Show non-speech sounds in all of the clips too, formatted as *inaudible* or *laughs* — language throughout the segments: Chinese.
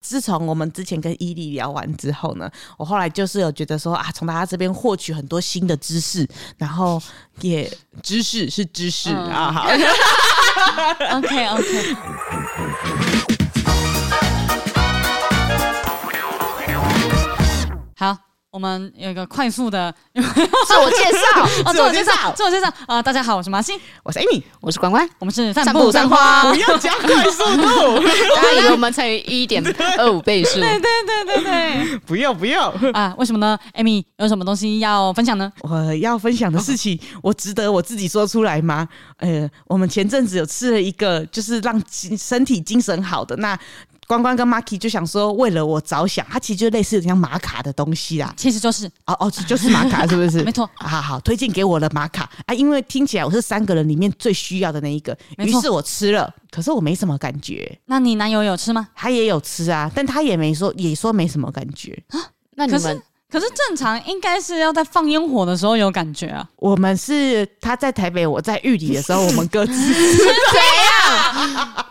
自从我们之前跟伊利聊完之后呢，我后来就是有觉得说啊，从大家这边获取很多新的知识，然后也知识是知识、嗯啊，好， OK OK，好，我们有一个快速的 *laughs* 自我介 *laughs* 绍，哦，自我介绍自我介绍啊、呃大家好，我是马欣，我是 Amy，我是关关，我们是散散步三花， *laughs* *laughs* 不要加快速度，大家以为我们乘以一点二五倍数，对对对 *laughs* 对 *laughs* 不要不要， *laughs* 啊，为什么呢？Amy 有什么东西要分享呢？我要分享的事情，我值得我自己说出来吗？呃，我们前阵子有吃了一个，就是让精身体精神好的。那关关跟 Marky 就想说，为了我着想，它其实就类似有点像玛卡的东西啦。其实就是哦哦，就是玛卡，是不是？ *laughs* 没错啊。好好，推荐给我了玛卡啊，因为听起来我是三个人里面最需要的那一个，没于错是我吃了，可是我没什么感觉。那你男友有吃吗？他也有吃啊，但他也没说，也说没什么感觉。那你可是们可是正常应该是要在放烟火的时候有感觉啊，我们是他在台北，我在玉里的时候，我们各自 *laughs* 怎样？ *laughs*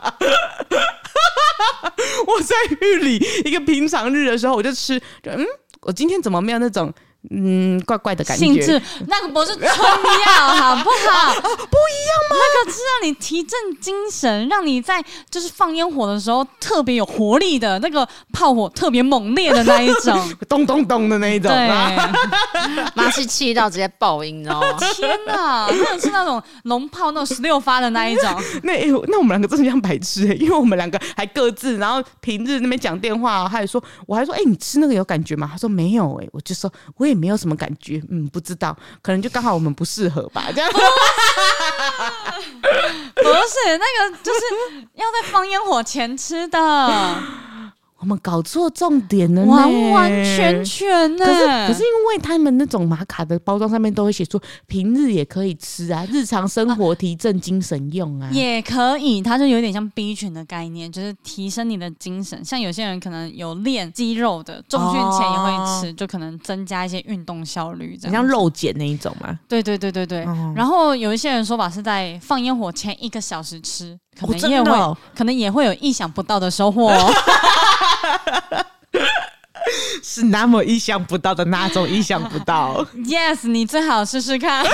我在玉里一个平常日的时候，我就吃，就嗯，我今天怎么没有那种嗯怪怪的感觉？哦兴致那个不是春药，好不 *laughs* 好？不一样吗？那个是让你提振精神，让你在就是放烟火的时候特别有活力的那个炮火特别猛烈的那一 *laughs* 种。咚咚咚的那一种对，啊，妈是气到直接爆音，你哦知道 *laughs* 吗？天哪，那个是那种龙炮那种十六发的那一种， *laughs* 那、哎呦那我们两个真的像白痴、欸，因为我们两个还各自，然后平日那边讲电话、他也说，我还说，哎、你吃那个有感觉吗？他说没有、哎，我就说我也没有什么感觉，嗯，不知道，可能就刚好我们不适合吧，这样。 *laughs* 不是那个，就是要在放烟火前吃的，我们搞错重点了呢，完完全全呢、可是可是因为他们那种玛卡的包装上面都会写说，平日也可以吃啊，日常生活提振精神用啊。也可以，它就有点像 B 群的概念，就是提升你的精神。像有些人可能有练肌肉的，重训前也会吃，就可能增加一些运动效率，哦这很像样。肉碱那一种嘛，对对对对对。哦然后有一些人说法是在放烟火前一个小时吃，可能真也的会、哦可能也会有意想不到的收获哦、 *laughs* 是那么意想不到的那种意想不到。 yes，你最好试试看。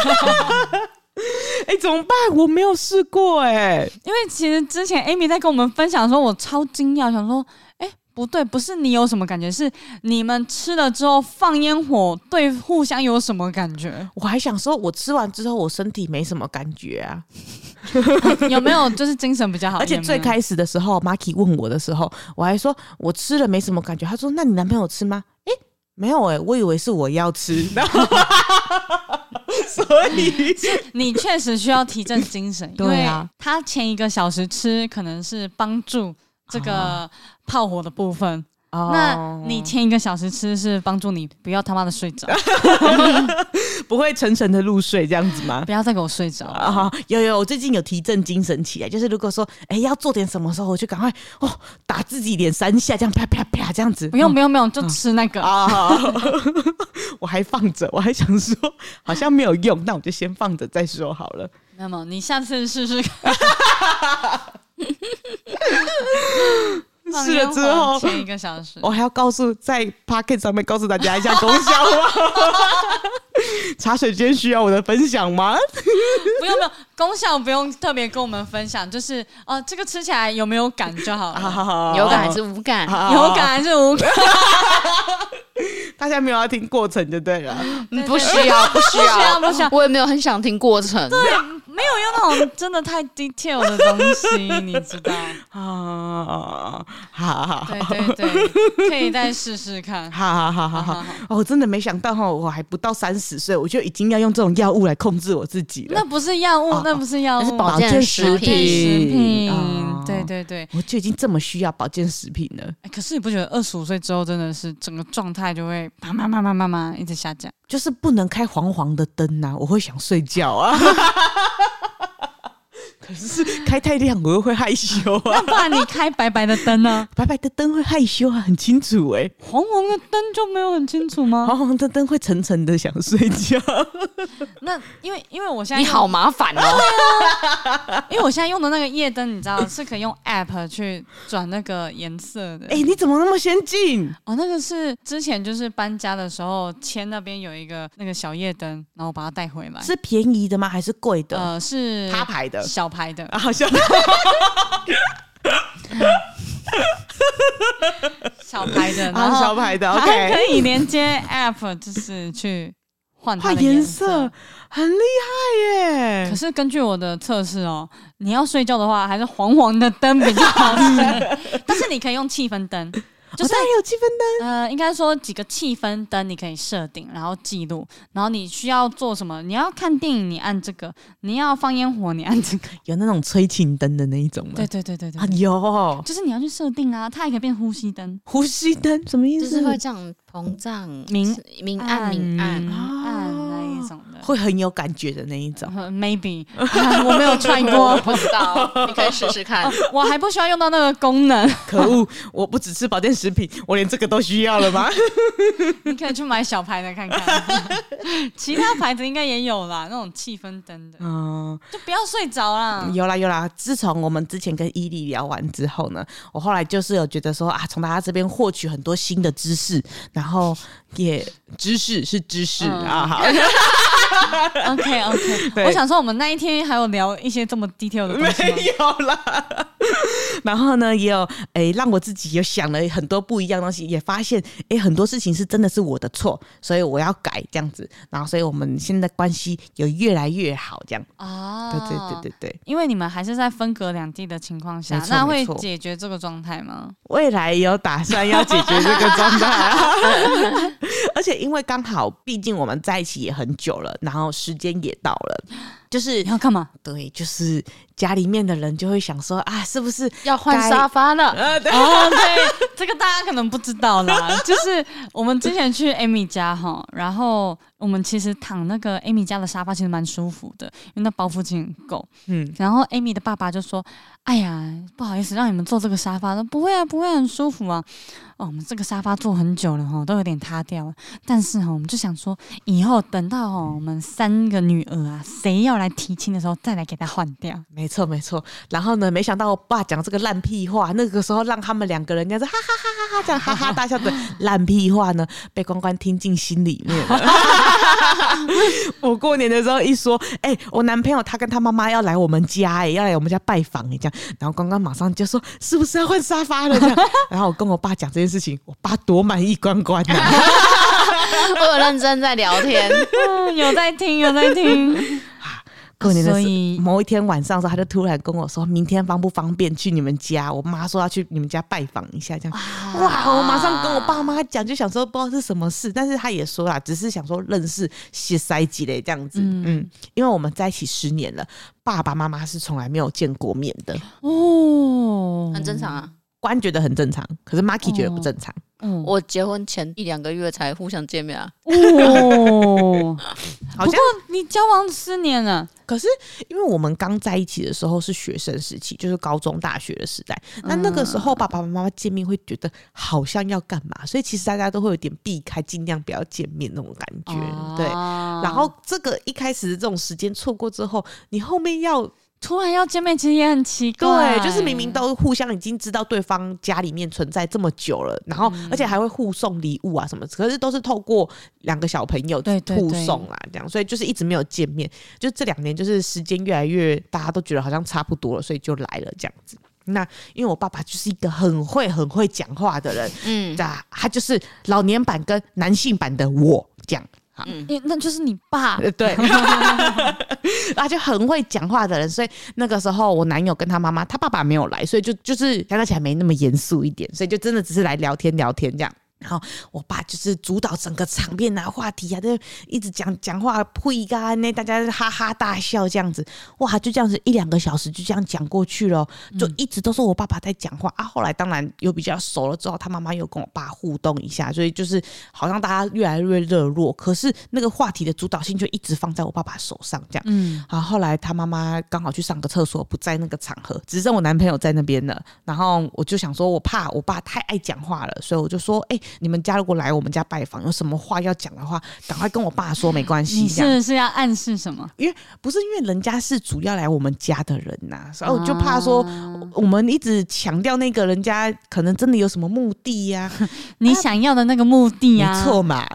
哎、怎么办？我没有试过哎、因为其实之前 Amy 在跟我们分享的时候，我超惊讶，想说，哎、不对，不是你有什么感觉，是你们吃了之后放烟火，对互相有什么感觉？我还想说，我吃完之后我身体没什么感觉啊， *laughs* 有没有就是精神比较好？而且有没有最开始的时候，Marky 问我的时候，我还说我吃了没什么感觉，他说那你男朋友吃吗？哎、没有哎、我以为是我要吃，然后 *laughs* 所 *laughs* 以你确实需要提振精 *laughs* 神，因对为啊他前一个小时吃可能是帮助这啊个炮火的部分，哦那你前一个小时吃是帮助你不要他妈的睡 *laughs* 着，不会沉沉的入睡这样子吗？不要再给我睡着了。啊、有有，我最近有提振精神起来，就是如果说哎、要做点什么时候，我就赶快哦打自己脸三下，这样啪啪啪这样子。不用不用不用，就吃 *laughs* 那个。啊、我还放着，我还想说好像没有用，那我就先放着再说好了。那么你下次试试看。放 *laughs* 试烟了火之后，前一个小时哦我还要告诉在 p o c k e t 上面告诉大家一下功效吗？茶水间需要我的分享吗？不用不用，功效不用特别跟我们分享，就是哦、这个吃起来有没有感就好了，啊有感还是无感？啊有感还是无感？大家没有要听过程就对了。嗯不需要， *laughs* 不不需需要要，啊不需要我也没有很想听过程。 *laughs* 没有用那种真的太 detail 的东西，你知 *laughs* 道？啊，好好对对对，可以再试试看。好好好好好好好好，哦，我真的没想到哈，我还不到三十岁，我就已经要用这种药物来控制我自己了那。不是药物哦，那不是药物，那啊是保保健健食食品品哦。对对对，我就已经这么需要保健食品了，哎可是你不觉得二十五岁之后真的是整个状态就会啪啪啪啪啪啪一直下降？就是不能开黄黄的灯呐、我会想睡觉啊。啊可是开太亮我又会害羞啊，不然你开白白的灯呢、白白的灯会害羞啊，很清楚哎、红红的灯就没有很清楚吗？黄黄的灯会沉沉的想睡觉。那因为因为我现在你好麻烦哦。用，因为我现在用的那个夜灯，你知道是可以用 app 去转那个颜色的。哎、你怎么那么先进？哦，那个是之前就是搬家的时候，签那边有一个那个小夜灯，然后我把它带回来。 *laughs* 是便宜的吗？还是贵的？呃，是他牌 *laughs* 的小牌的， *laughs* 啊，好像小牌的，然啊，后小牌的它，OK，哦可以连接 App，就是去换它画的颜色色。很厉嗯害可耶。是根据我的测试哦，你要睡觉的话，还是黄黄的灯比较好睡。 *laughs* 但是你可以用气氛灯，就我是当然有气氛灯，呃，应该说几个气氛灯你可以设定，然后记录，然后你需要做什么？你要看电影，你按这个；你要放烟火，你按这个。有那种催情灯的那一种吗？对对对对对啊，有就是你要去设定啊，它也可以变呼吸灯。呼吸灯什么意 *laughs* 就思是？会这样膨胀、明明暗、明暗。哦暗那一种的，会很有感觉的那一种。呃 *laughs* maybe *laughs* 我没有穿过 *laughs* 我，不知道，你可以试试看。 *laughs* 我还不需要用到那个功能，可恶，我不只吃保健食品，我连这个都需要了 *laughs* 吗？ *laughs* 你可以去买小牌的看看， *laughs* 其他牌子应该也有啦，那种气氛灯的，嗯，就不要睡着啦。有啦有啦，自从我们之前跟伊利聊完之后呢，我后来就是有觉得说啊，从大家这边获取很多新的知识，然后也知识是知识、嗯啊，好， OK OK，对我想说我们那一天还有聊一些这么 detail 的东西吗没有啦。 *laughs* 然后呢，也有诶、让我自己有想了很多不一样的东西，也发现诶、很多事情是真的是我的错，所以我要改这样子。然后，所以我们现在关系有越来越好，这样。啊？对对对对对，因为你们还是在分隔两地的情况下没，错那会没错解决这个状态吗？未来有打算要解决这个状态、啊， *laughs* 而且因为刚好，毕竟我们在一起也很久了，然后时间也到了，就是你要干嘛？对，就是家里面的人就会想说啊，是不是 *laughs* 要换该沙发了，呃，对 *laughs* 哦，对，这个大家可能不知道 *laughs* 啦，就是我们之前去 Amy 家哈，然后我们其实躺那个 Amy 家的沙发其实蛮舒服的，因为那包覆性很够。嗯，然后 Amy 的爸爸就说：“哎呀，不好意思，让你们坐这个沙发。”说：“不会啊，不会，很舒服啊。”哦，我们这个沙发坐很久了哈，都有点塌掉了。但是哈，我们就想说，以后等到哦我们三个女儿啊，谁要来提亲的时候，再来给她换掉。没错没错。然后呢，没想到我爸讲这个烂屁话，那个时候让他们两个人这样子哈哈哈哈哈这样哈哈大笑的烂屁话呢，被关关听进心里面了。我过年的时候一说，哎、我男朋友他跟他妈妈要来我们家、哎，要来我们家拜访，哎，这样，然后关关马上就说，是不是要换沙发了？这样， *laughs* 然后我跟我爸讲这件事情，我爸多满意关关啊呐、 *laughs* 我有认真在聊天，嗯， *laughs* 有在听，啊有在 *laughs* 听。过年的所时以某一天晚上的时候，他就突然跟我说：“明天方不方便去你们家？”我妈说要去你们家拜访一下，这样。哇！我马上跟我爸妈讲，就想说不知道是什么事，但是他也说啦，只是想说认识些塞几嘞这样子。嗯因为我们在一起十年了，爸爸妈妈是从来没有见过面的。哦， *laughs* 很正常啊。关觉得很正常，可是 Marky 觉得不正常。嗯。我结婚前一两个月才互相见面啊， *laughs* 哦，好像，你交往四年了，可是因为我们刚在一起的时候是学生时期，就是高中、大学的时代，那那个时候爸爸妈妈见面会觉得好像要干嘛，所以其实大家都会有点避开，尽量不要见面那种感觉。哦对，然后这个一开始的这种时间错过之后，你后面要突然要见面，其实也很奇怪。对，就是明明都互相已经知道对方家里面存在这么久了，然后嗯而且还会互送礼物啊什么，可是都是透过两个小朋友对对互对送啊这样，所以就是一直没有见面。就这两年，就是时间越来越，大家都觉得好像差不多了，所以就来了这样子。那因为我爸爸就是一个很会很会讲话的人，嗯，啊，他就是老年版跟男性版的我这样。好嗯诶，那就是你爸呃，对， *laughs* 他就很会讲话的人，所以那个时候我男友跟他妈妈，他爸爸没有来，所以就就是相较起来没那么严肃一点，所以就真的只是来聊天聊天这样。然后我爸就是主导整个场面啊，话题啊，就一直讲讲话，呸干那大家哈哈大笑这样子，哇，就这样子一两个小时就这样讲过去了，就一直都是我爸爸在讲话、啊。后来当然有比较熟了之后，他妈妈又跟我爸互动一下，所以就是好像大家越来越热络，可是那个话题的主导性就一直放在我爸爸手上这样。嗯，好，后来他妈妈刚好去上个厕所，不在那个场合，只剩我男朋友在那边了。然后我就想说，我怕我爸太爱讲话了，所以我就说，哎、你们家如果来我们家拜访，有什么话要讲的话，赶快跟我爸说，没关系。你这是样不是要暗示什么？因为不是因为人家是主要来我们家的人呐、所以哦我就怕说，哦我们一直强调那个人家可能真的有什么目的呀、你想要的那个目的啊？啊没错嘛，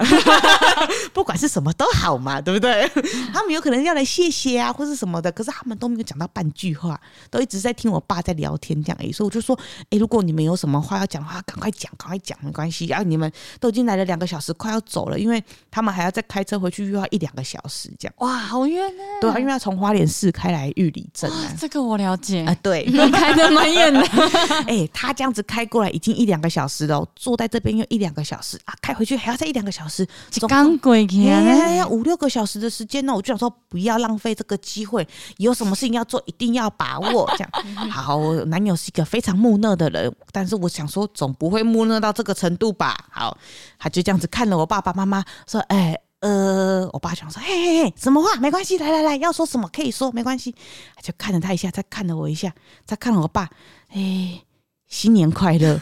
*laughs* 不管是什么都好嘛，对不对？他们有可能要来谢谢啊，或是什么的，可是他们都没有讲到半句话，都一直在听我爸在聊天这样而已。所以我就说，哎，如果你们有什么话要讲的话，赶快讲，赶快讲，没关系。然、后你们都已经来了两个小时，快要走了，因为他们还要再开车回去，又要一两个小时这样。哇，好远呢、对啊，因为要从花莲市开来玉里镇啊。这个我了解啊，，对， *laughs* 你开的蛮 *laughs* 远的。哎、他这样子开过来已经一两个小时了哦，坐在这边又一两个小时啊，开回去还要再一两个小时，总共刚鬼去啊！哎呀，五六个小时的时间呢，我就想说不要浪费这个机会，有什么事情要做一定要把握。这样，好，我男友是一个非常木讷的人，但是我想说总不会木讷到这个程度吧。好，他就这样子看了我爸爸妈妈，说：“哎、呃，我爸想说，嘿嘿嘿，什么话？没关系，来来来，要说什么可以说，没关系。”他就看了他一下，再看了我一下，再看了我爸，哎、新年快乐。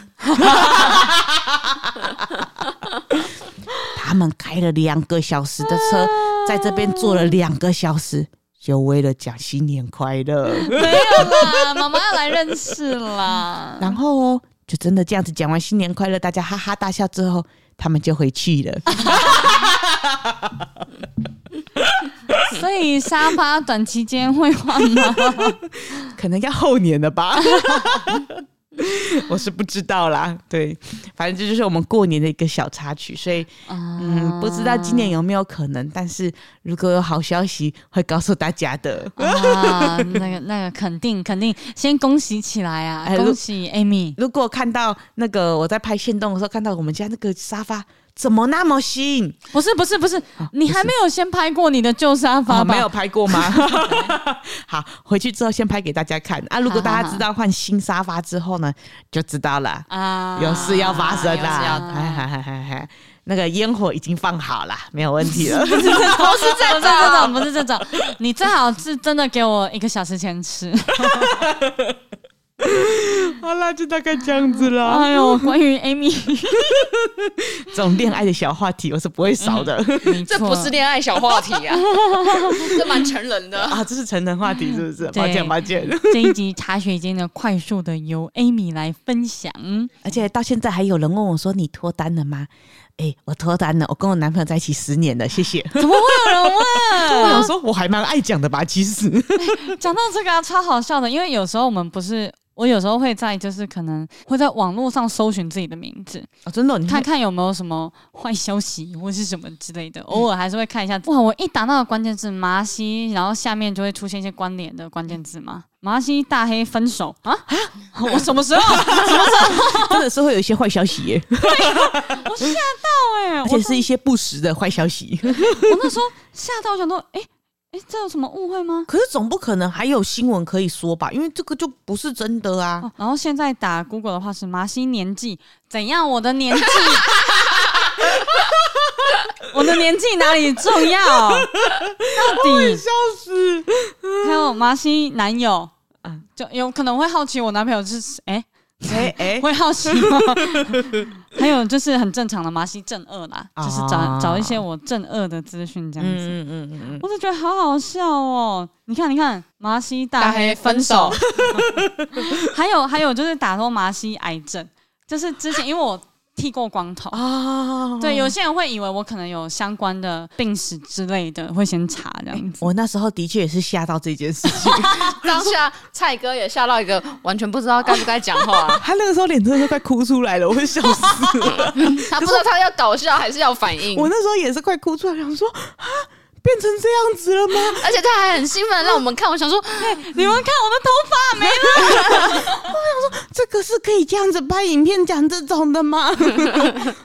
他们开了两个小时的车，在这边坐了两个小时，就为了讲新年快乐。没有啦，妈妈要来认识 *laughs* 啦。然后哦，就真的这样子讲完新年快乐，大家哈哈大笑之后，他们就回去了。所以沙发短期间会换吗？可能要后年了吧。我是不知道啦，对，反正这就是我们过年的一个小插曲，所以啊嗯，不知道今年有没有可能，但是如果有好消息会告诉大家的。啊，那个那个肯定肯定，先恭喜起来啊！哎如恭喜 Amy，如果看到那个我在拍线动的时候，看到我们家那个沙发怎么那么新，不是不是不是，你还没有先拍过你的旧沙发啊，吧？没有拍过吗？ *laughs* 好，回去之后先拍给大家看啊。如果大家知道换新沙发之后呢，就知道了。啊，有事要发生哎有事要啦！嗨嗨嗨嗨嗨，那个烟火已经放好了，没有问题了。不是这种，不是这种，不是这种，你最好是真的给我一个小时前吃。 *laughs* 好啦，就大概这样子啦。哎呦，关于 Amy， *laughs* 这种恋爱的小话题我是不会少的没这错不是恋爱小话题啊， *laughs* 这蛮成人 *laughs* 的。啊，这是成人话题是不是？对抱歉抱歉。这一集茶水间的快速的由 Amy 来分享。而且到现在还有人问我说：“你脱单了吗？”哎、我脱单了，我跟我男朋友在一起十年 *laughs* 了，谢谢。怎么会 *laughs* 有人我问想？说我还蛮爱讲的吧，其实。讲到这个、啊、超好笑的，因为有时候我们不是，我有时候会在就是可能会在网络上搜寻自己的名字， *laughs* 哦、真的哦，你看看看有没有什么坏消息或是什么之类的，偶尔还是会看一下。哇，我一打到的关键字麻西，然后下面就会出现一些关联的关键字吗？麻西大黑分手啊 *laughs* 啊！我什么时候？真的是会有一些坏消息 *laughs* 耶，啊我吓到哎、 *laughs* 欸！而且是一些不实的坏消 *laughs* 息。我我那时候吓到，我想说，哎、哎、这有什么误会吗？可是总不可能还有新闻可以说吧？因为这个就不是真的啊。哦，然后现在打 Google 的话是麻西年纪怎样？我的年纪， *laughs* 我的年纪哪里重要？到底笑死！还有麻西男友嗯，就有可能会好奇我男朋友是谁哎、哎 *laughs* 哎，会好奇吗？还有就是很正常的麻西正二啦，就是找、啊找一些我正二的资讯这样子。嗯嗯嗯嗯我就觉得好好笑哦！你看，你看，麻西大大黑黑分分手手，还有还有就是打说麻西癌症，就是之前因为我剃过光头，啊，对，有些人会以为我可能有相关的病史之类的，会先查这样子。我那时候的确也是吓到这件事情，当下蔡哥也吓到一个完全不知道该不该讲 *laughs* 话， *laughs* 他那个时候脸真的是快哭出来了，我会笑死了。 *laughs* 他不知道他要搞笑还是要反应。我那时候也是快哭出来，想说啊，变成这样子了吗？而且他还很兴奋地让我们看，我想说，你们看我的头发没了，这个是可以这样子拍影片讲这种的 *laughs* 吗？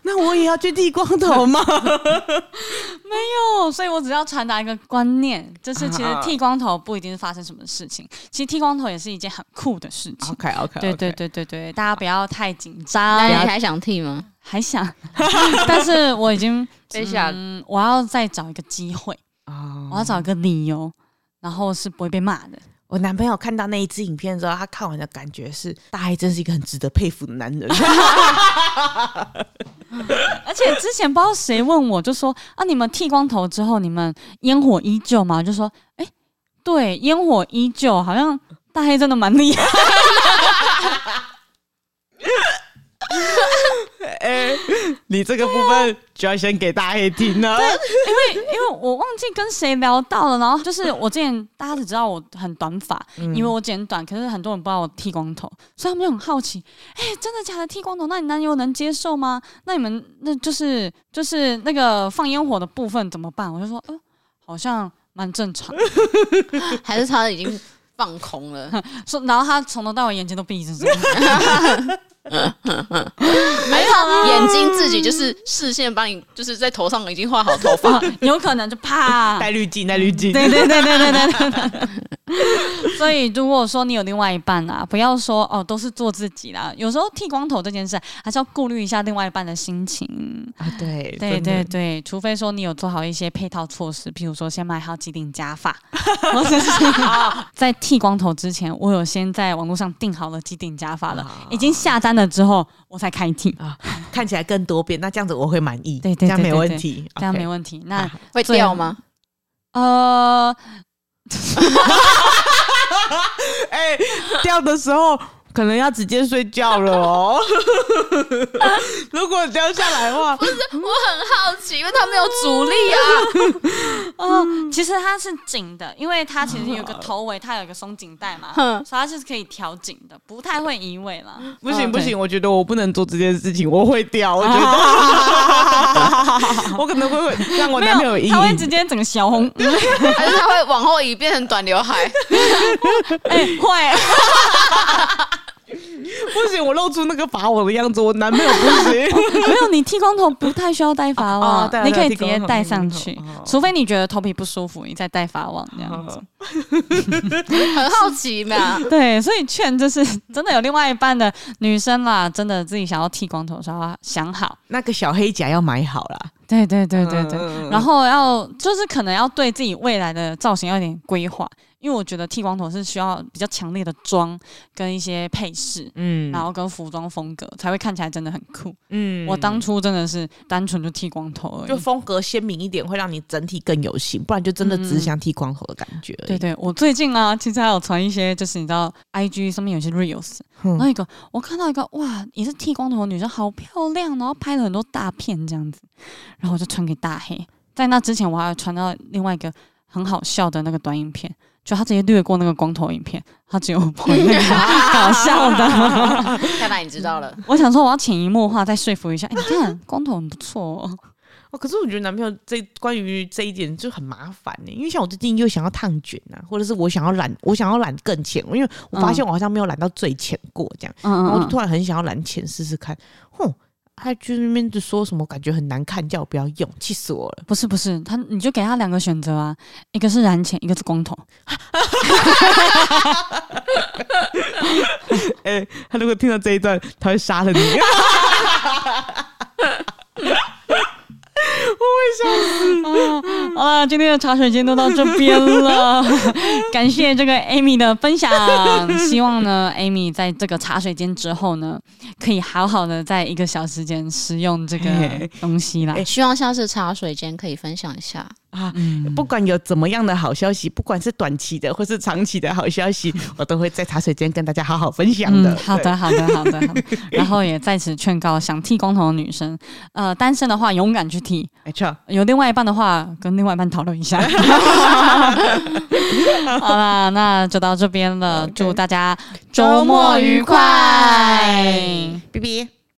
那我也要去剃光头 *laughs* 吗？没有，所以我只要传达一个观念，就是其实剃光头不一定是发生什么事情，其实剃光头也是一件很酷的事情。 OK OK，对对对对对，大家不要太紧那张，你还想剃吗？还想， *laughs* 但是我已经被吓嗯，我要再找一个机会，啊我要找一个理由，然后是不会被骂的。我男朋友看到那一支影片之后，他看完的感觉是，大黑真是一个很值得佩服的男 *laughs* 人。而且之前不知道谁问我，就说啊，你们剃光头之后，你们烟火依旧吗？我就说，哎、对，烟火依旧，好像大黑真的蛮 *laughs* 厉害。哎你这个部分就要先给大黑听了。因为我忘记跟谁聊到了，然后就是我之前大家只知道我很短发，嗯以为我剪短，可是很多人不知道我剃光头，所以他们就很好奇，哎、真的假的剃光头？那你男友能接受吗？那你们那就是就是那个放烟火的部分怎么办？我就说，呃，好像蛮正常。 *laughs* 还是他已经放空了？说，然后他从头到尾眼睛都闭着， *laughs* 没有，啊眼睛自己就是视线帮你，就是在头上已经画好头发。 *laughs* 有可能就 *laughs* 啪。戴滤镜，戴滤镜。对对对对对对对 *laughs* 对。所以如果说你有另外一半啊，不要说哦都是做自己啦，有时候剃光头这件事还是要顾虑一下另外一半的心情。啊，对对真的对对，除非说你有做好一些配套措施，譬如说先买好几顶假发，或者是在剃光头之前，我有先在网络上订好了几顶假发了，已经下单了之后我才开剃，啊，看起来更多变，那这样子我会满意，对这对对样没对对问题，这样没问问题。那 *laughs* 会掉吗？呃，题。哎，掉的时候可能要直接睡觉了 *laughs* 哦。如果掉下来的话，我很好奇，因为他没有阻 *laughs* 力啊。 *laughs* 哦，其实它是紧的，因为它其实有个头尾，它有一个松紧带嘛，所哼以它是可以调紧的，不太会移位啦。不行嗯不对行，我觉得我不能做这件事情，我会掉，我觉 *laughs* 得我可能会让我没男朋友有阴它会直影。接整个小红，嗯还是他会往后移变成短刘 *laughs* 海？哎、会，不行，我露出那个罚我的样子，我男朋友不 *laughs* 行。 *laughs* 没有你剃光头不太需要戴发哦网，哦对啊你对啊可以直剃光接头戴剃上光去头哦，除非你觉得头皮不舒服，你再戴发网这样子。很好奇嘛。 *laughs* *laughs* 对，所以劝就是真的有另外一半的女生啦，真的自己想要剃光头的时候要想好，那个小黑夹要买好啦。对对对对对，嗯嗯嗯然后要就是可能要对自己未来的造型要有点规划，因为我觉得剃光头是需要比较强烈的妆跟一些配饰，嗯然后跟服装风格才会看起来真的很酷。嗯我当初真的是单纯就剃光头而就已。风格鲜明一点，会让你整体更有型，不然就真的只是想剃光头的感觉而已。对对，我最近啊，其实还有传一些，就是你知道，IG 上面有一些 reels，、嗯然后一个我看到一个哇，也是剃光头的女生，好漂亮，然后拍了很多大片这样子，然后我就传给大黑。在那之前，我还有传到另外一个很好笑的那个短影片，就他直接略过那个光头影片，他只有 *laughs* 拍那个搞笑的。看来你知道了，我想说，我要潜移默化再说服一下，哎、你看光头很不错哦。哦，可是我觉得男朋友这关于这一点就很麻烦呢、因为像我最近又想要烫卷啊，或者是我想要染，我想要染更浅，因为我发现我好像没有染到最浅过这样，嗯然后我就嗯突嗯，然很想要染浅试试看，哼。他就那边就说什么感觉很难看，叫我不要用，气死我了！不是不是，他你就给他两个选择啊，一个是染浅，一个是光头。哎、他如果听到这一段，他会杀了 *laughs* 你。 *laughs* 好了，哦今天的茶水间都到这边了， *laughs* 感谢这个 Amy 的分享。希望呢，Amy 在这个茶水间之后呢，可以好好的在一个小时间使用这个东西啦。希望下次茶水间可以分享一下。啊，嗯不管有怎么样的好消息，不管是短期的或是长期的好消息，我都会在茶水间跟大家好好分享的。嗯，好的，好的，好的，好的。然后也在此劝告想剃光头的女生，呃，单身的话勇敢去剃，对，没错。有另外一半的话，跟另外一半讨论一下。好啦，那就到这边了，祝大家周末愉快。拜拜。